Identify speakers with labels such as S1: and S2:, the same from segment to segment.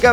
S1: 各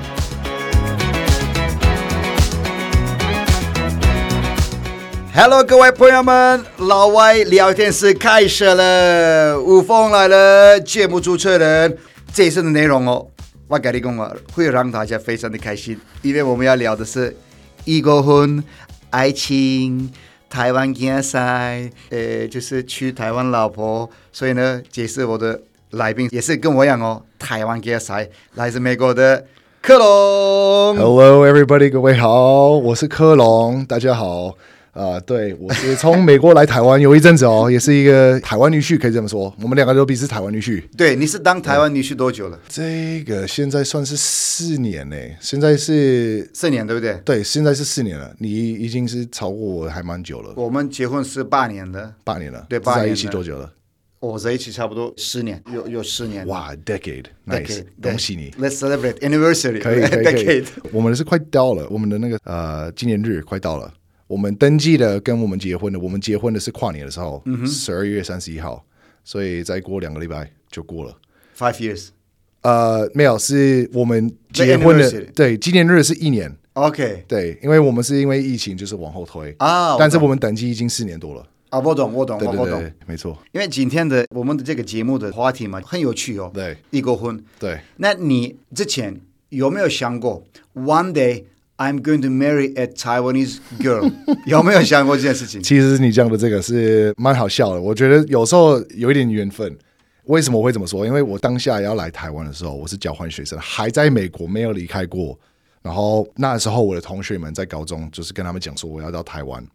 S1: Hello，各位朋友们，老外聊天室开始了。吴峰来了，节目主持人。这一次的内容哦，我跟你讲啊，会让大家非常的开心，因为我们要聊的是异国婚、爱情、台湾竞赛，呃，就是娶台湾老婆。所以呢，这次我的来宾也是跟我一样哦，台湾竞赛，来自美国的克隆。
S2: Hello, everybody，各位好，我是科隆，大家好。啊、对，我是从美国来台湾有一阵子哦，也是一个台湾女婿，可以这么说。我们两个都彼此台湾女婿。
S1: 对，你是当台湾女婿多久了？
S2: 这个现在算是四年呢，现在是，
S1: 四年，对不对？
S2: 对，现在是四年了。你已经是超过我还蛮久了，
S1: 我们结婚是八年的，
S2: 八年了。
S1: 对八
S2: 在
S1: 年
S2: 一起
S1: 了
S2: 多久了？
S1: 我在一起差不多十年，有有十年。
S2: 哇，decade，nice，
S1: Decade，对
S2: 恭喜你。
S1: ！Let's celebrate anniversary，
S2: 可以可以可
S1: decade
S2: 以。，我们是快到了，我们的那个呃纪念日快到了。我们登记的跟我们结婚的，我们结婚的是跨年的时候，
S1: 嗯
S2: 十二、月三十一号，所以再过两个礼拜就过了。
S1: Five years。
S2: 呃，没有，是我们结
S1: The
S2: 婚的
S1: anniversary
S2: 对纪念日是一年，
S1: OK，
S2: 对，因为我们是因为疫情就是往后推
S1: 啊我
S2: 但是我们登记已经四年多了，
S1: 啊，我懂，我懂，
S2: 对
S1: 我
S2: 对
S1: 我
S2: 对，
S1: 懂。
S2: 对没错，
S1: 因为今天的我们的这个节目的话题嘛，很有趣哦。
S2: 对，
S1: 异国婚。
S2: 对。
S1: 那你之前有没有想过，one day I'm going to marry a Taiwanese girl？有 没有想过这件事 情？
S2: 其实你讲的这个是蛮好笑的，我觉得有时候有一点缘分。为什么我会这么说？因为我当下要来台湾的时候，我是交换学生，还在美国没有离开过。然后那时候我的同学们在高中，就是跟他们讲说我要到台湾，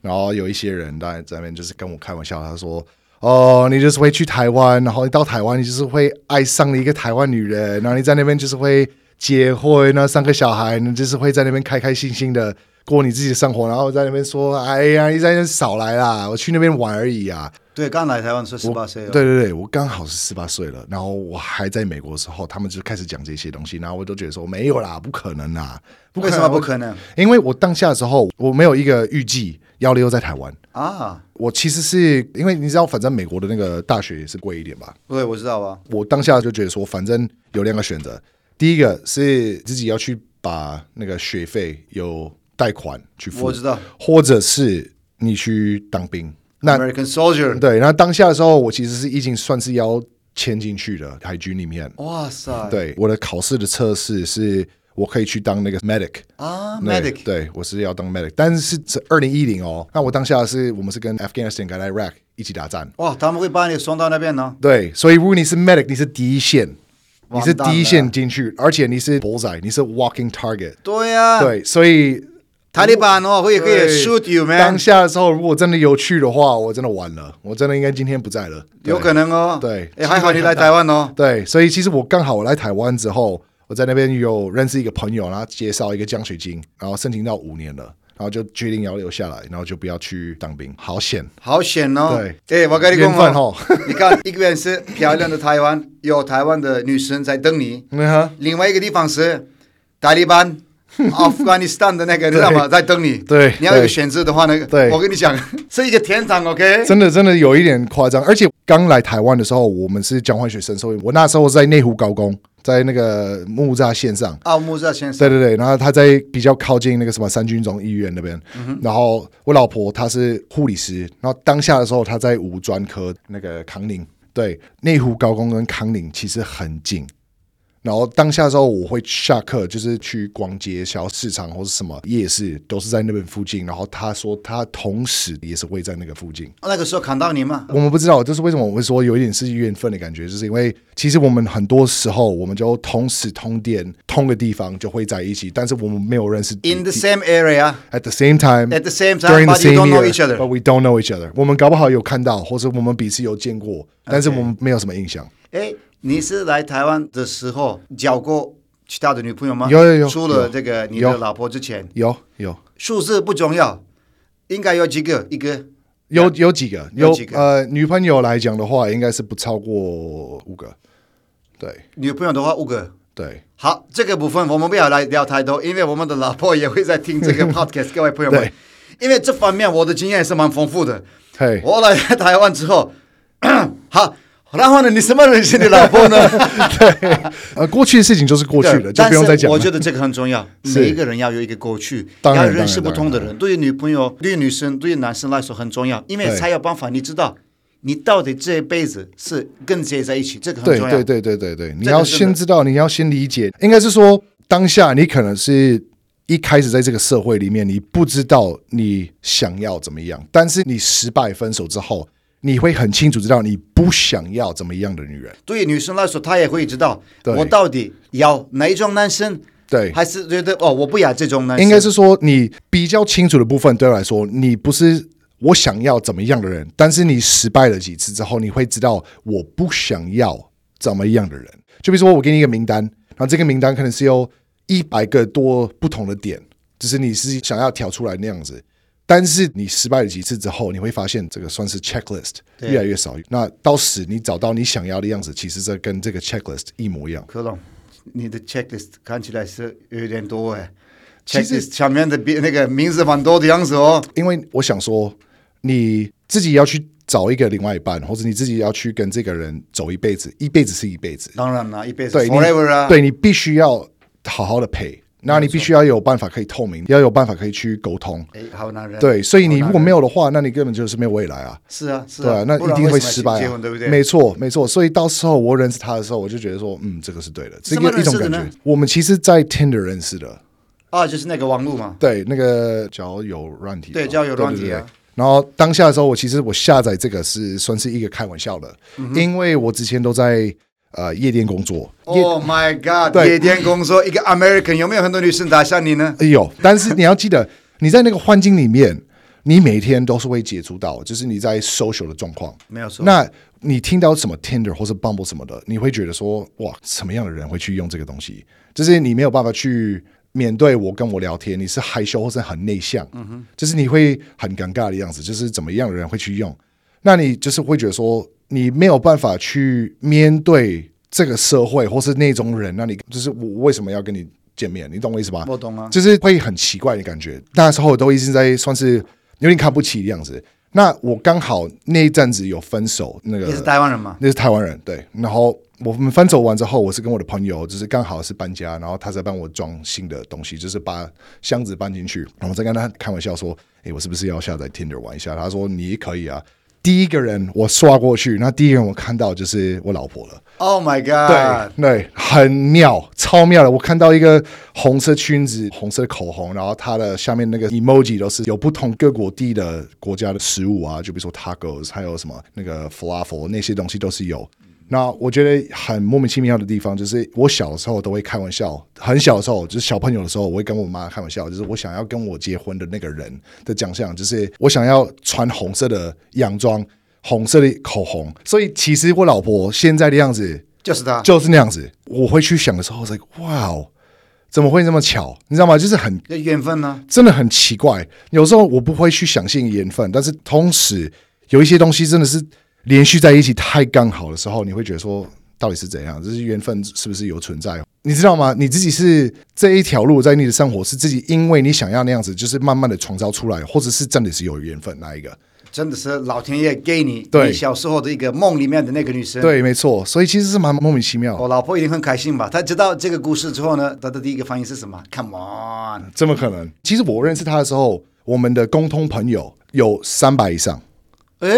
S2: 然后有一些人在在那边就是跟我开玩笑，他说：“哦，你就是会去台湾，然后你到台湾，你就是会爱上了一个台湾女人，然后你在那边就是会结婚，然后生个小孩，你就是会在那边开开心心的过你自己的生活，然后在那边说：‘哎呀，你在那边少来啦，我去那边玩而已啊。’
S1: 对，刚来台湾是十八岁哦。
S2: 对对对，我刚好是十八岁了，然后我还在美国的时候，他们就开始讲这些东西，然后我都觉得说没有啦，不可能啦，不可
S1: 为
S2: 能
S1: 什么不可能
S2: 因为我当下的时候，我没有一个预计要留在台湾。
S1: 啊？
S2: 我其实是因为你知道，反正美国的那个大学也是贵一点吧。
S1: 对，我知道啊。
S2: 我当下就觉得说，反正有两个选择，第一个是自己要去把那个学费有贷款去付
S1: 我，知道
S2: 或者是你去当兵。那
S1: ，American Soldier。
S2: 对，那当下的时候，我其实是已经算是要签进去的海军里面。
S1: 哇塞！
S2: 对，我的考试的测试是我可以去当那个 medic。
S1: 啊
S2: 对
S1: ，medic
S2: 对，我是要当 medic，但是是二零一零哦。那我当下是我们是跟 Afghanistan 跟 Iraq 一起打仗，
S1: 哇，他们会把你送到那边呢。
S2: 对，所以如果你是 medic，你是第一线，你是
S1: 完蛋
S2: 第一
S1: 了
S2: 线进去，而且你是 bullseye，你是 walking target，
S1: 对呀、
S2: 对，所以
S1: 塔利班哦，会可以
S2: 对
S1: shoot you
S2: 当
S1: man，
S2: 下的时候，如果真的有去的话，我真的完了，我真的应该今天不在了，对
S1: 有可能哦。
S2: 对
S1: 哎，还好你来台湾哦。
S2: 对，所以其实我刚好我来台湾之后，我在那边有认识一个朋友，然后介绍一个奖学金，然后申请到五年了，然后就决定要留下来，然后就不要去当兵，好险，
S1: 好险哦！
S2: 对
S1: 哎，我跟你讲
S2: 缘分哦
S1: 你看，一边是漂亮的台湾，有台湾的女生在等你；
S2: 嗯哼，
S1: 另外一个地方是塔利 班、Afghanistan 的那个，你知道吗？在等你。
S2: 对
S1: 你要有
S2: 对
S1: 选择的话，那个，
S2: 对
S1: 我跟你讲， 是一个天堂，OK？
S2: 真的真的有一点夸张。而且刚来台湾的时候，我们是交换学生，所以我那时候在内湖高工，在那个木栅线上。
S1: 奥木扎先生，
S2: 对对对，然后他在比较靠近那个什么三军总医院那边，然后我老婆她是护理师，然后当下的时候她在五专科那个康宁，对内湖高工跟康宁其实很近，然后当下之后，我会下课就是去逛街、小市场或是什么夜市，都是在那边附近。然后他说他同时也是会在那个附近。
S1: 哦那个时候看到你嘛，
S2: 我们不知道，就是为什么我会说有一点是缘分的感觉，就是因为其实我们很多时候我们就同时通电通个地方就会在一起，但是我们没有认识
S1: in the same area
S2: at the same time
S1: at the same time,
S2: during the
S1: but you
S2: same
S1: don't know
S2: year,
S1: each other.
S2: but we don't know each other。我们搞不好有看到，或者我们彼此有见过，但是我们没有什么印象。
S1: 哎，你是来台湾的时候交过其他的女朋友吗？
S2: 有有有
S1: 除了
S2: 有
S1: 这个你
S2: 有
S1: 的老婆之前，
S2: 有有
S1: 数字不重要，应该有几个？一个
S2: 有有几个
S1: 有几个
S2: 呃女朋友来讲的话，应该是不超过五个。对
S1: 女朋友的话五个。
S2: 对
S1: 好，这个部分我们不要来聊太多，因为我们的老婆也会在听这 个 podcast，各位朋友们
S2: 对。
S1: 因为这方面我的经验是蛮丰富的。
S2: 嘿，
S1: 我来台湾之后， 好，然后呢，你什么人是你老婆 呢？
S2: 呃，过去的事情就是过去了，就
S1: 但
S2: 不用
S1: 是
S2: 再讲
S1: 我
S2: 了
S1: 觉。得这个很重要，
S2: 是
S1: 每一个人要有一个过去，
S2: 当然
S1: 要认识
S2: 当然
S1: 不同的
S2: 当
S1: 人。对于女朋友、对于女生、对于男生来说很重要，因为
S2: 对
S1: 才有办法你知道你到底这一辈子是跟谁在一起，这个很
S2: 对
S1: 重要。
S2: 对对对对对，你
S1: 这个
S2: 要
S1: 真的
S2: 先知道，你要先理解，应该是说当下你可能是一开始在这个社会里面，你不知道你想要怎么样，但是你失败分手之后，你会很清楚知道你不想要怎么样的女人。
S1: 对于女生来说，她也会知道
S2: 对
S1: 我到底要哪一种男生，
S2: 对，
S1: 还是觉得哦，我不要这种男生。
S2: 应该是说你比较清楚的部分，对我来说，你不是我想要怎么样的人，但是你失败了几次之后，你会知道我不想要怎么样的人。就比如说，我给你一个名单，然后这个名单可能是有一百个多不同的点，就是你是想要挑出来那样子。但是你失败了几次之后，你会发现这个算是 checklist
S1: 对
S2: 越来越少。那到时你找到你想要的样子，其实这跟这个 checklist 一模一样。
S1: 克隆，你的 checklist 看起来是有点多哎。
S2: 其实
S1: checklist 前面的别那个名字蛮多的样子哦。
S2: 因为我想说，你自己要去找一个另外一半，或者你自己要去跟这个人走一辈子，一辈子是一辈子，
S1: 当然啦，一辈子
S2: 对你
S1: forever 啊。
S2: 对你必须要好好的陪，那你必须要有办法可以透明，要有办法可以去沟通。
S1: 哎，好男人。
S2: 对，所以你
S1: 好男
S2: 如果没有的话，那你根本就是没有未来啊！
S1: 是啊，是
S2: 对啊，那
S1: 不然
S2: 一定
S1: 为
S2: 会
S1: 什么
S2: 失败、啊，
S1: 结婚对不对？
S2: 没错，没错。所以到时候我认识他的时候，我就觉得说，嗯，这个是对的，这
S1: 什么
S2: 个一
S1: 认识
S2: 种
S1: 的
S2: 感
S1: 呢
S2: 觉。我们其实，在 Tinder 认识的，
S1: 啊，就是那个网络嘛。
S2: 对，那个交友软体吧，
S1: 对交友软体啊
S2: 对对对然后当下的时候，我其实我下载这个是算是一个开玩笑的，
S1: 嗯
S2: 因为我之前都在呃夜店工作，夜、
S1: Oh my god！
S2: 对
S1: 夜店工作，一个 American 有没有很多女生打向你呢？
S2: 哎呦，但是你要记得，你在那个环境里面，你每天都是会接触到，就是你在 social 的状况。
S1: 没有错。
S2: 那你听到什么 Tinder 或是 Bumble 什么的，你会觉得说，哇，什么样的人会去用这个东西？就是你没有办法去面对我跟我聊天，你是害羞或是很内向，嗯哼，就是你会很尴尬的样子，就是怎么样的人会去用？那你就是会觉得说，你没有办法去面对这个社会或是那种人，那你就是我我为什么要跟你见面？你懂我意思吧？
S1: 我懂啊。
S2: 就是会很奇怪的感觉。那时候我都已经在算是有点看不起的样子。那我刚好那一阵子有分手，那个
S1: 你是台湾人嘛？
S2: 那是台湾人对。然后我们分手完之后，我是跟我的朋友，就是刚好是搬家，然后他在帮我装新的东西，就是把箱子搬进去。然后我在跟他开玩笑说：“诶，我是不是要下载 Tinder 玩一下？”他说：“你可以啊。”第一个人我刷过去，那第一个人我看到就是我老婆了。
S1: Oh my god！
S2: 对对，很妙，超妙的。我看到一个红色裙子、红色口红，然后它的下面那个 emoji 都是有不同各国地的国家的食物啊，就比如说 tacos，还有什么那个 falafel 那些东西都是有。那我觉得很莫名其妙的地方，就是我小的时候都会开玩笑，很小的时候就是小朋友的时候，我会跟我妈开玩笑，就是我想要跟我结婚的那个人的奖项，就是我想要穿红色的洋装、红色的口红。所以其实我老婆现在的样子
S1: 就是他。
S2: 就是那样子。我会去想的时候，我说哇哦，怎么会那么巧？你知道吗？就是很
S1: 这缘分呢？
S2: 真的很奇怪。有时候我不会去相信缘分，但是同时有一些东西真的是连续在一起太刚好的时候，你会觉得说到底是怎样？这是缘分是不是有存在？你知道吗？你自己是这一条路，在你的生活是自己，因为你想要那样子，就是慢慢的创造出来，或者是真的是有缘分那一个。
S1: 真的是老天爷给你
S2: 对
S1: 你小时候的一个梦里面的那个女生。，哦
S2: 对，没错。所以其实是蛮莫名其妙的。
S1: 我老婆一定很开心吧？她知道这个故事之后呢，她的第一个反应是什么？Come on！
S2: 怎么可能？其实我认识他的时候，我们的共同朋友有三百以上，
S1: 哎，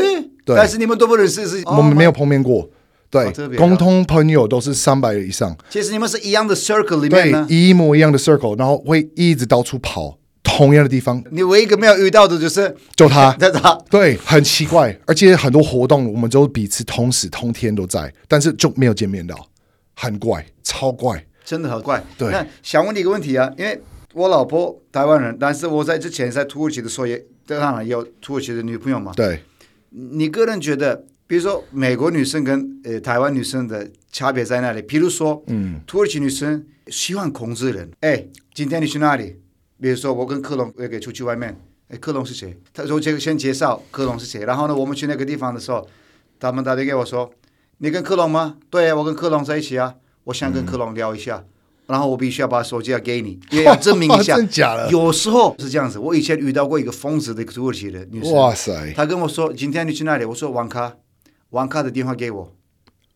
S2: 对
S1: 但是你们都不认识，是
S2: 我们没有碰面过。对
S1: 好特，哦别哦
S2: 共同朋友都是三百以上，
S1: 其实你们是一样的 circle 里面
S2: 对
S1: 呢，，
S2: 一模一样的 circle，然后会一直到处跑，同样的地方，
S1: 你唯一一个没有遇到的就是 。
S2: 就他
S1: 对他
S2: 对，很奇怪，而且很多活动我们都彼此同时通天都在，但是就没有见面到，很怪，超怪。
S1: 真的很怪。
S2: 对
S1: 那想问你一个问题啊，因为我老婆台湾人，但是我在之前在土耳其的时候也，当然也有土耳其的女朋友嘛。
S2: 对，
S1: 你个人觉得，比如说美国女生跟呃台湾女生的差别在哪里？比如说，嗯，土耳其女生喜欢控制人。哎，今天你去哪里？比如说我跟克隆那个出去外面，哎，克隆是谁？他说这个先介绍克隆是谁，然后呢，我们去那个地方的时候，他们打电话给我说，你跟克隆吗？对，我跟克隆在一起啊，我想跟克隆聊一下。然后我必须要把手机要啊给 你，也要证明一下。
S2: 真假的
S1: 有时候是这样子，我以前遇到过一个疯子的一个土耳其的女生，
S2: 哇塞，
S1: 他跟我说今天你去哪里？我说网咖，网咖的电话给我，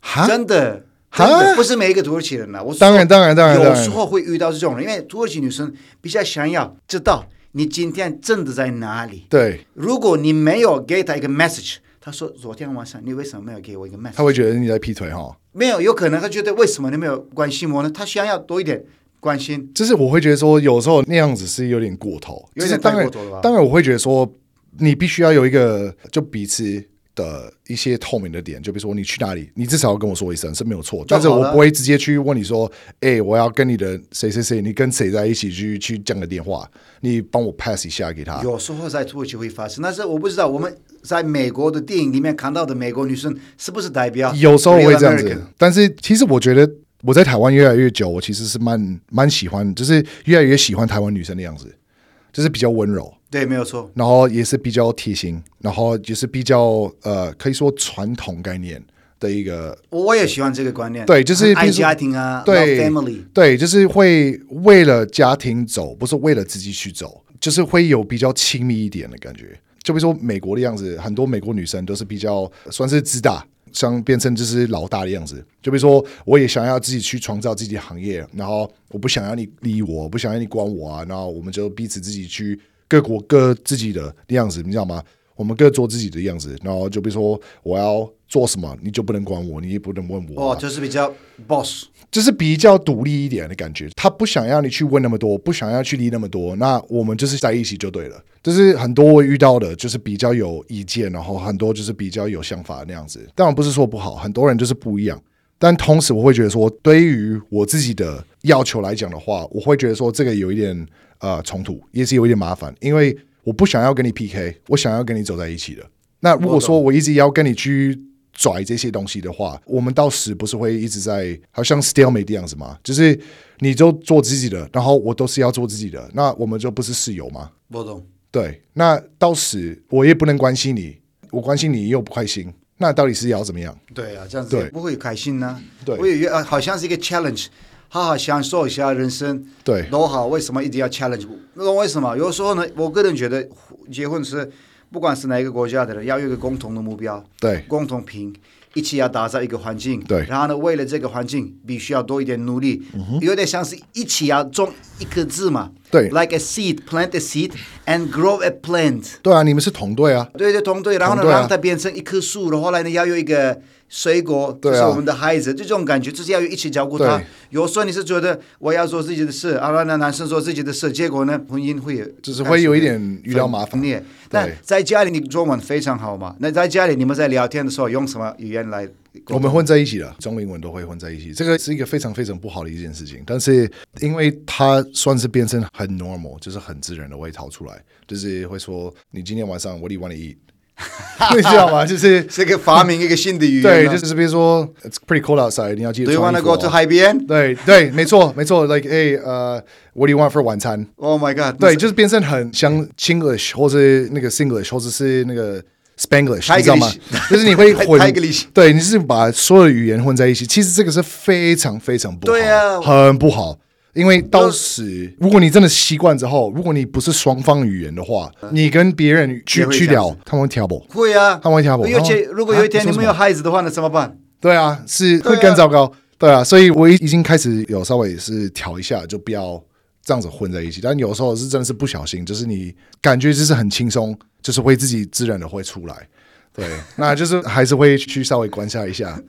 S2: 哈，
S1: 真的。
S2: 哈
S1: 真的不是每一个土耳其人呐、我说
S2: 啊当然当然当然当
S1: 有
S2: 然
S1: 时候会遇到这种人，因为土耳其女生比较想要知道你今天真的在哪里。
S2: 对，
S1: 如果你没有给她一个 message，她说昨天晚上你为什么没有给我一个 message？
S2: 他会觉得你在劈腿哈。
S1: 没有，有可能她觉得为什么你没有关心我呢？她想要多一点关心。
S2: 就是我会觉得说，有时候那样子是有点过头，
S1: 有点
S2: 就是当
S1: 太
S2: 然
S1: 过头了吧，
S2: 当然我会觉得说，你必须要有一个就彼此的一些透明的点，就比如说你去哪里，你至少要跟我说一声是没有错，但是
S1: 好啊
S2: 我
S1: 了
S2: 不会直接去问你说，哎、我要跟你的谁谁谁，你跟谁在一起去去讲个电话，你帮我 pass 一下给他。
S1: 有啊时候在土耳其会发生，但是我不知道我们在美国的电影里面看到的美国女生是不是代表
S2: 有时候会这样
S1: real American
S2: 子，但是其实我觉得我在台湾越来越久，我其实是蛮蛮喜欢，就是越来越喜欢台湾女生的样子，就是比较温柔。
S1: 对，没有错。
S2: 然后也是比较贴心，然后就是比较呃，可以说传统概念的一个，
S1: 我也喜欢这个观念，
S2: 对就是
S1: 很
S2: 比
S1: 爱
S2: 如说
S1: 家庭啊，
S2: 对
S1: love family，
S2: 对，就是会为了家庭走，不是为了自己去走，就是会有比较亲密一点的感觉。就比如说美国的样子，很多美国女生都是比较算是自大，想变成就是老大的样子。就比如说，我也想要自己去创造自己的行业，然后我不想要你理我，不想要你管我啊，然后我们就彼此自己去各国各自己的样子，你知道吗？我们各做自己的样子，然后就比如说我要做什么，你就不能管我，你也不能问我啊、
S1: 哦，就是比较 boss，
S2: 就是比较独立一点的感觉。他不想要你去问那么多，不想要去理那么多。那我们就是在一起就对了。就是很多我遇到的，就是比较有意见，然后很多就是比较有想法那样子。当然不是说不好，很多人就是不一样。但同时，我会觉得说，对于我自己的要求来讲的话，我会觉得说这个有一点呃冲突，也是有一点麻烦，因为我不想要跟你 PK，我想要跟你走在一起的。那如果说我一直要跟你去拽这些东西的话，我们到时不是会一直在好像 stalemate 的样子吗？就是你就做自己的，然后我都是要做自己的，那我们就不是室友吗？
S1: 我懂。
S2: 对，那到时我也不能关心你，我关心你又不开心，那到底是要怎么样？
S1: 对啊，这样子也
S2: 对
S1: 不会开心呢、
S2: 对
S1: 我也觉得好像是一个 challenge，好好享受一下人生。
S2: 对
S1: 多好，为什么一定要 challenge？我那为什么？有时候呢，我个人觉得结婚是不管是哪一个国家的人，要有一个共同的目标，
S2: 对
S1: 共同拼。一起要打造一个环境，
S2: 对嗯
S1: 然后呢，为了这个环境，必须要多一点努力，有点像是一起要种一颗字嘛，
S2: 对
S1: ，like a seed, plant a seed and grow a plant，
S2: 对啊，你们是同队啊，
S1: 对对，同队，然后呢，
S2: 同队啊
S1: 让它变成一棵树，然后后来呢，要有一个水果，
S2: 对啊
S1: 就是我们的孩子，就这种感觉，就是要一起照顾他
S2: 对。
S1: 有时候你是觉得我要做自己的事，啊，那那男生做自己的事，结果呢，婚姻会有
S2: 就是会有一点遇到麻烦
S1: 分裂。那
S2: 对
S1: 在家里，你中文非常好嘛？那在家里你们在聊天的时候用什么语言来沟
S2: 我
S1: 通？
S2: 们混在一起了，中英文都会混在一起，这个是一个非常非常不好的一件事情。但是因为它算是变成很 normal，就是很自然的会逃出来，就是会说你今天晚上 What do you want to eat？你知道吗？就是
S1: 是个发明一个新的语言啊。
S2: 对，就是比如说 It's pretty cold outside，你要记
S1: Do
S2: 得
S1: you
S2: 穿
S1: want
S2: 衣
S1: to
S2: 服
S1: go to
S2: 哦。
S1: 海边
S2: 对对，没错没错，like 哎呃，What do you want for 晚餐？
S1: ？Oh my god！
S2: 对，就是变成很像 Chinglish 或是那个 Singlish 或者是那个 Spanglish，你知道吗
S1: Tigerish？
S2: 就是你会混
S1: Tigerish，
S2: 对，你是把所有的语言混在一起。其实这个是非常非常不好，
S1: 对啊
S2: 很不好。因为到时，如果你真的习惯之后，如果你不是双方语言的话，你跟别人
S1: 嗯
S2: 去
S1: 也会
S2: 去
S1: 这样
S2: 聊，他们会挑拨。
S1: 会啊，
S2: 他们会挑拨
S1: 尤其
S2: 他们
S1: 如果有一天
S2: 啊
S1: 你
S2: 你说
S1: 们
S2: 什么
S1: 有孩子的话，那怎么办？
S2: 对啊，是
S1: 对啊
S2: 会更糟糕。对啊，所以我已已经开始有稍微是调一下，就不要这样子混在一起。但有时候是真的是不小心，就是你感觉就是很轻松，就是会自己自然的会出来。 对，那就是还是会去稍微观察一下。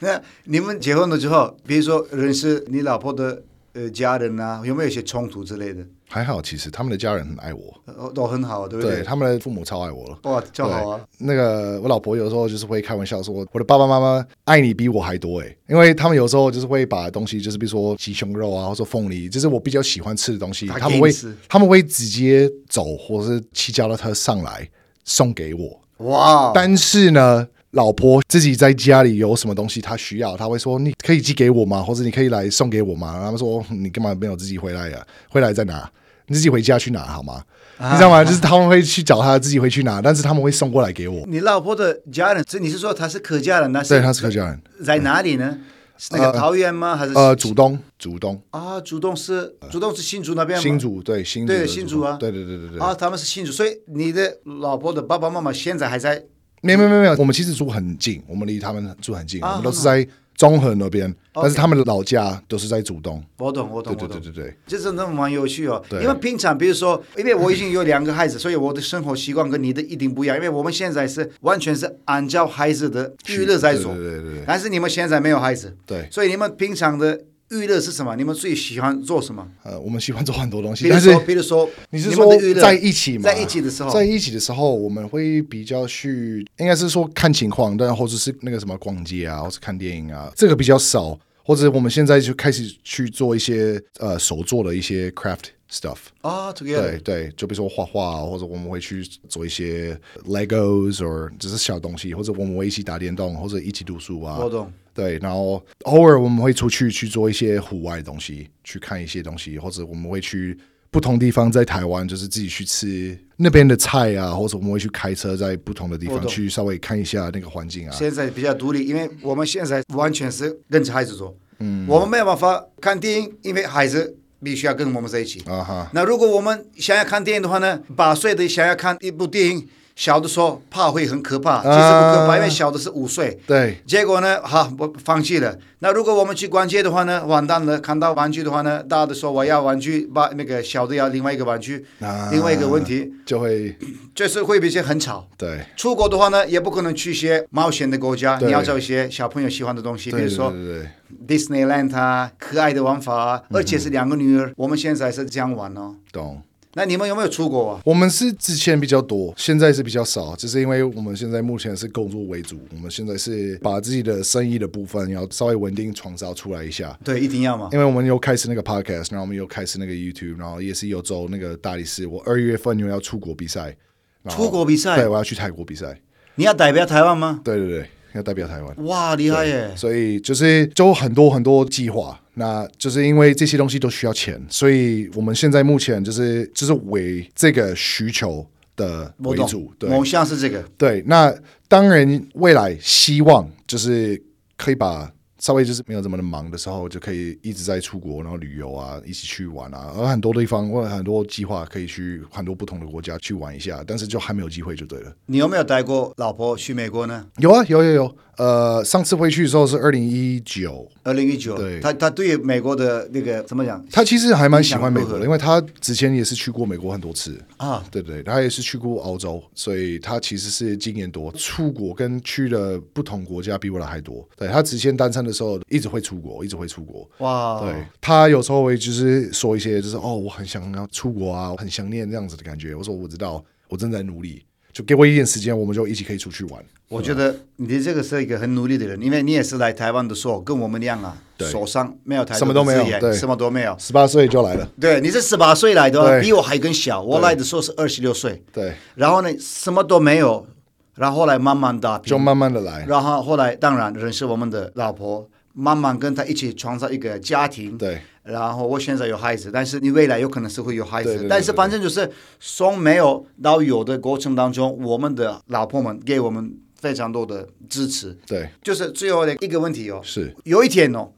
S1: 那你们结婚了之后，比如说认识你老婆的呃家人啊，有没有一些冲突之类的？
S2: 还好，其实他们的家人很爱我，
S1: 呃都很好，对不
S2: 对？他们的父母超爱我了。
S1: 哇，就好啊！
S2: 那个我老婆有时候就是会开玩笑说，我的爸爸妈妈爱你比我还多诶，因为他们有时候就是会把东西，就是比如说鸡胸肉啊，或者说凤梨，就是我比较喜欢吃的东西，
S1: 他
S2: 他们
S1: 给
S2: 会
S1: 你吃
S2: 他们会直接走或者是骑脚踏车上来送给我。
S1: 哦哇，
S2: 但是呢，老婆自己在家里有什么东西她需要，她会说你可以寄给我吗？或者你可以来送给我吗？然后他们说哦你干嘛没有自己回来呀、回来再拿，你自己回家去拿好吗？
S1: 啊
S2: 你知道吗？就是他们会去找他自己回去拿，但是他们会送过来给我。
S1: 你老婆的家人，这你是说她是客家人，那
S2: 对，
S1: 是
S2: 他是客家人，
S1: 在哪里呢？是那个桃园吗？还是
S2: 呃，主东，主东，
S1: 啊，主动是主动是新竹那边吗？
S2: 新竹，对，新竹
S1: 对
S2: 的
S1: 新
S2: 竹
S1: 竹啊
S2: 对对对对对。
S1: 啊，他们是新竹，所以你的老婆的爸爸妈妈现在还在
S2: 没有没有没有没有，我们其实住很近，我们离他们住很近，我们
S1: 啊
S2: 都是在中和那边，但是他们的老家都是在主东。
S1: 我懂，我懂，
S2: 对
S1: 我
S2: 对
S1: 懂，
S2: 对对对。
S1: 这真的蛮有趣哦。
S2: 对
S1: 因为平常，比如说，因为我已经有两个孩子，所以我的生活习惯跟你的一定不一样。因为我们现在是完全是按照孩子的娱乐在做，
S2: 对对对对
S1: 但是你们现在没有孩子，
S2: 对，
S1: 所以你们平常的娱乐是什么？你们最喜欢做什么？
S2: 呃，我们喜欢做很多东
S1: 比
S2: 西，
S1: 如
S2: 但是
S1: 说，比如说，
S2: 你是
S1: 们
S2: 说
S1: 的娱乐
S2: 在一起吗？
S1: 在一起的时候
S2: 在一起的时候，我们会比较去，应该是说看情况，但或者是那个什么逛街啊，或是看电影啊，这个比较少。或者我们现在就开始去做一些呃手做的一些 craft stuff，
S1: 啊，together，
S2: 对对，就比如说画画啊，或者我们会去做一些 Legos or 只是小东西，或者我们会一起打电动，或者一起读书啊
S1: 我，懂。
S2: 对，然后偶尔我们会出去去做一些户外的东西，去看一些东西，或者我们会去不同地方，在台湾就是自己去吃那边的菜啊，或者我们会去开车在不同的地
S1: 我
S2: 方
S1: 懂
S2: 去稍微看一下那个环境啊。
S1: 现在比较独立，因为我们现在完全是跟着孩子做，嗯，我们没有办法看电影，因为孩子必须要跟我们在一起。
S2: 啊哈，
S1: 那如果我们想要看电影的话呢，八岁的想要看一部电影，小的说怕会很可怕，其实不可怕，因为小的是五岁。
S2: 啊对，
S1: 结果呢，好，我放弃了。那如果我们去逛街的话呢，完蛋了。看到玩具的话呢，大的说我要玩具，把那个小的要另外一个玩具，
S2: 那
S1: 另外一个问题
S2: 就会
S1: 就是会比较很吵。
S2: 对
S1: 出国的话呢，也不可能去一些冒险的国家，
S2: 对
S1: 你要找一些小朋友喜欢的东西，比
S2: 对
S1: 如
S2: 对
S1: 说
S2: 对对
S1: Disneyland 啊，可爱的玩法啊，而且是两个女儿，我们现在是这样玩哦。
S2: 懂。
S1: 那你们有没有出国啊？
S2: 我们是之前比较多，现在是比较少，就是因为我们现在目前是工作为主，我们现在是把自己的生意的部分要稍微稳定创造出来一下。
S1: 对，一定要嘛。
S2: 因为我们又开始那个 podcast，然后我们又开始那个 YouTube，然后也是有走那个大力士。我二月份又要出国比赛，然后
S1: 出国比赛
S2: 哦对，我要去泰国比赛，
S1: 你要代表台湾吗？
S2: 对对对，要代表台湾。
S1: 哇，厉害耶！
S2: 所以就是就很多很多计划，那就是因为这些东西都需要钱，所以我们现在目前就是就是为这个需求的
S1: 我
S2: 为
S1: 懂
S2: 主，，对
S1: 某项是这个，
S2: 对。那当然，未来希望就是可以把稍微就是没有这么的忙的时候，就可以一直在出国，然后旅游啊，一起去玩啊，而很多地方或者很多计划可以去很多不同的国家去玩一下，但是就还没有机会就对了。
S1: 你有没有带过老婆去美国呢？
S2: 有啊，有有有，呃，上次回去的时候是二零一九，
S1: 二零一九，
S2: 对
S1: 她她对美国的那个怎么讲
S2: 他其实还蛮喜欢美
S1: 印象如
S2: 国的，
S1: 何
S2: 因为他之前也是去过美国很多次。
S1: 啊？
S2: 对对，他也是去过澳洲，所以他其实是经验多，出国跟去的不同国家比我的还多。对他之前单身的时候，一直会出国，一直会出国。
S1: 哇，
S2: 对他有时候会就是说一些，就是哦，我很想要出国啊，我很想念这样子的感觉。我说我知道，我正在努力，就给我一点时间，我们就一起可以出去玩。
S1: 我觉得你这个是一个很努力的人，因为你也是来台湾的时候跟我们一样啊，
S2: 对
S1: 手上没有太多
S2: 什么都没有
S1: 资源
S2: 对
S1: 什么都没有。
S2: 十八岁就来了，
S1: 对，你是十八岁来的哦，
S2: 对
S1: 比我还更小。我来的时候是二十六岁，
S2: 对，
S1: 然后呢什么都没有，然后后来慢慢打
S2: 就
S1: 拼，
S2: 慢慢的来。
S1: 然后后来当然认识我们的老婆，慢慢跟她一起创造一个家庭。
S2: 对，
S1: 然后我现在有孩子，但是你未来有可能是会有孩子，
S2: 对对对
S1: 但是反正就是从没有到有的过程当中，我们的老婆们给我们非常多的支持。
S2: 对，
S1: 就是最后的一个问题哦，
S2: 是，
S1: 有一天哦，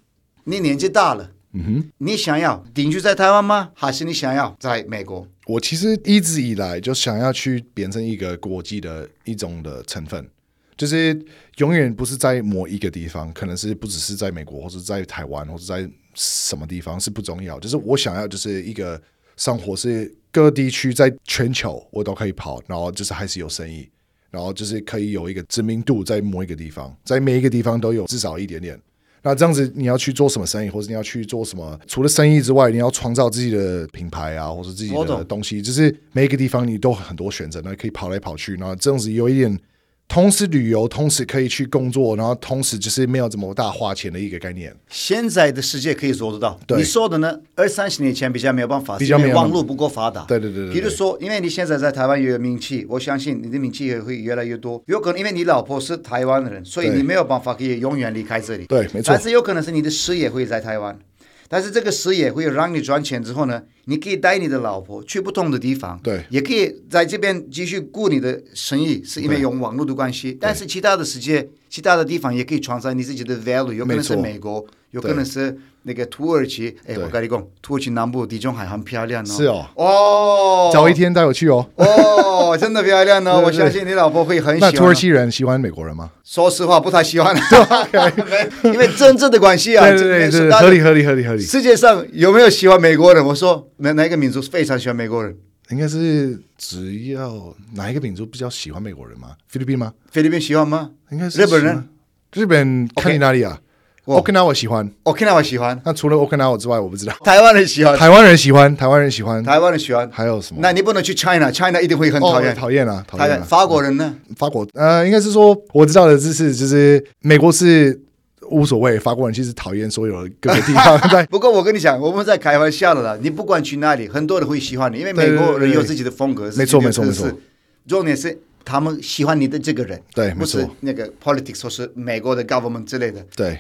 S1: 你年纪大了，
S2: 嗯哼。
S1: 你想要定居在台湾吗？还是你想要在美国？
S2: 我其实一直以来就想要去变成一个国际的一种的成分，就是永远不是在某一个地方，可能是不只是在美国，或者在台湾，或者在什么地方是不重要，就是我想要就是一个生活是各地区在全球我都可以跑，然后就是还是有生意。然后就是可以有一个知名度在某一个地方，在每一个地方都有至少一点点。那这样子，你要去做什么生意，或者你要去做什么？除了生意之外，你要创造自己的品牌啊，或者自己
S1: 我
S2: 的
S1: 懂
S2: 东西，就是每一个地方你都很多选择，那可以跑来跑去，然后这样子有一点同时旅游，同时可以去工作，然后同时就是没有怎么大花钱的一个概念。
S1: 现在的世界可以做得到。
S2: 对
S1: 你说的呢？二三十年前比较没有办法，
S2: 比较
S1: 是因
S2: 没
S1: 为
S2: 有
S1: 网络不够发达。
S2: 对对对对
S1: 比如说，因为你现在在台湾也有名气，我相信你的名气也会越来越多。有可能因为你老婆是台湾人，所以
S2: 对
S1: 你没有办法可以永远离开这里。
S2: 对没错
S1: 但是有可能是你的事业会在台湾，但是这个事业会让你赚钱之后呢，你可以带你的老婆去不同的地方。
S2: 对
S1: 也可以在这边继续顾你的生意，是因为有网络的关系。但是其他的世界、其他的地方也可以创造你自己的 value，有可能是
S2: 没错
S1: 美国，有可能是那个土耳其。哎，我跟你讲，土耳其南部地中海很漂亮哦。
S2: 是哦，
S1: 哦，
S2: 找一天带我去哦。
S1: 哦，真的漂亮哦！
S2: 对对
S1: 我相信你老婆会很喜
S2: 那
S1: 欢。
S2: 土耳，其人喜欢美国人吗？
S1: 说实话不太喜欢， 没因为政治的关系啊。
S2: 对对对
S1: 这边是
S2: 对，
S1: 大家
S2: 合理合理合理合理，
S1: 世界上有没有喜欢美国人？我说哪哪一个民族非常喜欢美国人？
S2: 应该是只要哪一个民族比较喜欢美国人吗？菲律宾吗？
S1: 菲律宾喜欢吗？
S2: 应该是
S1: 日本人
S2: 喜欢。日本看你哪里啊
S1: OK
S2: ？Okinawa 喜欢，
S1: Okinawa 喜欢，
S2: 那除了 Okinawa 之外，我不知道。
S1: 台湾人喜欢，
S2: 台湾人喜欢，台湾人喜欢，
S1: 台湾人喜欢。
S2: 还有什么？
S1: 那你不能去 China，China 一定会很讨厌。
S2: 哦讨厌啊，讨
S1: 台
S2: 厌
S1: 湾
S2: 啊。
S1: 法国人呢？
S2: 法国，呃，应该是说我知道的知识就是美国是无所谓，法国人其实讨厌所有的各个地方 在。
S1: 不过我跟你讲，我们在开玩笑的啦。你不管去哪里，很多人会喜欢你，因为美国
S2: 对对
S1: 人
S2: 对
S1: 有自己的风格，
S2: 没
S1: 自己的
S2: 错没错
S1: 特色
S2: 没。
S1: 重点是他们喜欢你的这个人，
S2: 对
S1: 不
S2: 没
S1: 是
S2: 错
S1: 那个 politics 或是美国的 government 之类的。
S2: 对，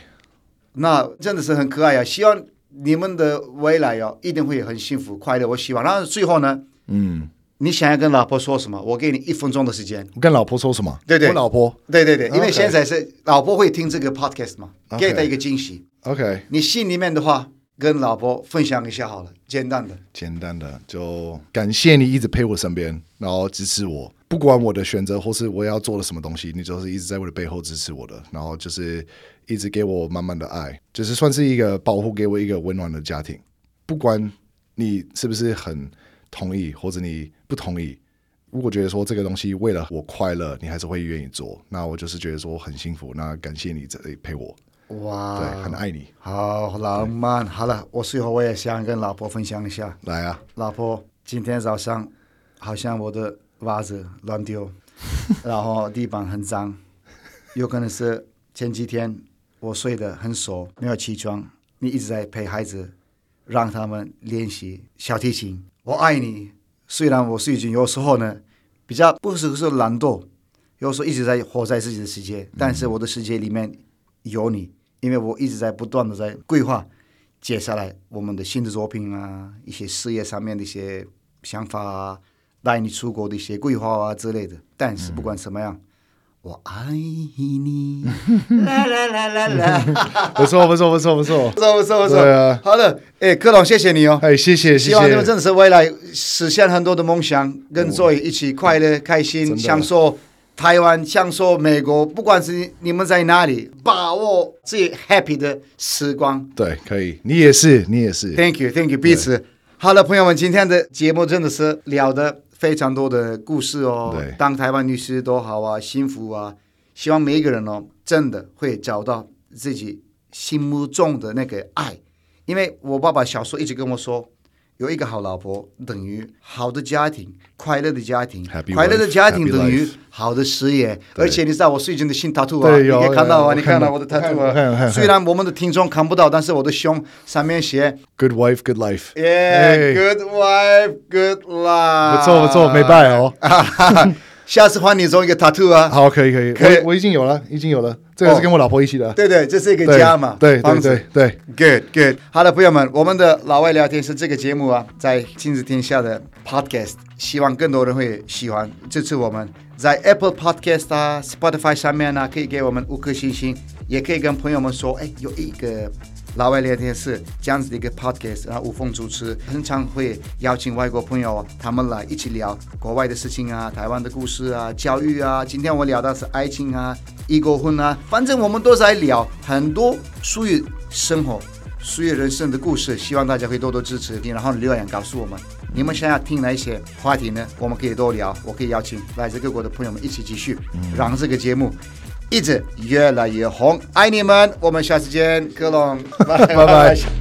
S1: 那真的是很可爱啊！希望你们的未来哦，一定会很幸福快乐。我希望。然后最后呢，
S2: 嗯，
S1: 你想要跟老婆说什么？我给你一分钟的时间。
S2: 我跟老婆说什么？
S1: 对对
S2: 我老婆
S1: 对对对，因为
S2: OK
S1: 现在是老婆会听这个 podcast 嘛，
S2: OK
S1: 给她一个惊喜。
S2: ，OK，
S1: 你心里面的话跟老婆分享一下好了，简单的。
S2: 简单的就感谢你一直陪我身边，然后支持我，不管我的选择或是我要做的什么东西，你就是一直在我的背后支持我的，然后就是一直给我满满的爱，就是算是一个保护，给我一个温暖的家庭。不管你是不是很同意，或者你不同意，如果觉得说这个东西为了我快乐，你还是会愿意做，那我就是觉得说很幸福。那感谢你这里陪我，对，
S1: 哇，
S2: 很爱你。
S1: 好浪漫。好了，我最后我也想跟老婆分享一下，
S2: 来啊，
S1: 老婆，今天早上好像我的袜子乱丢，然后地板很脏，有可能是前几天我睡得很熟，没有起床。你一直在陪孩子，让他们练习小提琴。我爱你，虽然我是已经有时候呢比较不是是懒惰，有时候一直在活在自己的世界，但是我的世界里面有你，因为我一直在不断的在规划接下来我们的新的作品啊，一些事业上面的一些想法啊，带你出国的一些规划啊之类的。但是不管怎么样，
S2: 嗯
S1: 我爱你，啦啦啦啦 啦，
S2: 不错，不错，不错，不错
S1: 不。错不错不错
S2: 对啊，
S1: 好的，哎，柯总，谢谢你哦。
S2: 哎，谢谢，谢
S1: 希望你们
S2: 谢
S1: 真。的是未来实现很多的梦想，跟 Joy 一起快乐、开心，
S2: 真的
S1: 享受台湾，享受美国，不管是你们在哪里，把握自己 happy 的时光。
S2: 对，可以，你也是，你也是。
S1: Thank you, thank you，彼此。好了，朋友们，今天的节目真的是聊的非常多的故事哦
S2: 对，
S1: 当台湾律师多好啊，幸福啊！希望每一个人哦，真的会找到自己心目中的那个爱，因为我爸爸小时候一直跟我说。有一个好老婆等于好的家庭，快乐的家庭
S2: Happy
S1: 快乐的
S2: wife,
S1: 家庭
S2: happy
S1: 等于
S2: life
S1: 好的事业。而且你知道我最近的新 tattoo 啊，
S2: 对
S1: 你
S2: 有
S1: 可以看到啊，你
S2: 有
S1: 看到我
S2: 我
S1: 的
S2: 看到
S1: tattoo
S2: 我看我
S1: 啊。
S2: 看
S1: 虽然我们的听众看不到，但是我的胸上面写
S2: Good wife, good life。
S1: Yeah,
S2: 哎
S1: good wife, good life。
S2: 不错不错，没败哦。
S1: 拜。 下次换你做一个 tattoo 啊。
S2: 好，可以可以，
S1: 可以
S2: 我我已经有了，已经有了。这个
S1: 哦
S2: 是跟我老婆一起的。
S1: 对对，这是一个
S2: 对
S1: 家嘛。
S2: 对
S1: 房
S2: 对
S1: 子
S2: 对对，
S1: Good, good。好了，朋友们，我们的老外聊天室这个节目啊，在亲子天下的 Podcast，希望更多人会喜欢支持我们。在 Apple Podcast 啊、Spotify 上面呢、可以给我们五颗星星，也可以跟朋友们说，哎，有一个老外聊天室这样子的一个 Podcast，然后无缝主持，很常会邀请外国朋友啊他们来一起聊国外的事情啊、台湾的故事啊、教育啊。今天我聊到是爱情啊、异国婚啊，反正我们都在聊很多属于生活。属于人生的故事，希望大家会多多支持，然后留言告诉我们你们想要听哪一些话题呢？我们可以多聊，我可以邀请来自各国的朋友们一起继续，让这个节目一直越来越红。爱你们，我们下次见，各龙，拜
S2: 拜拜。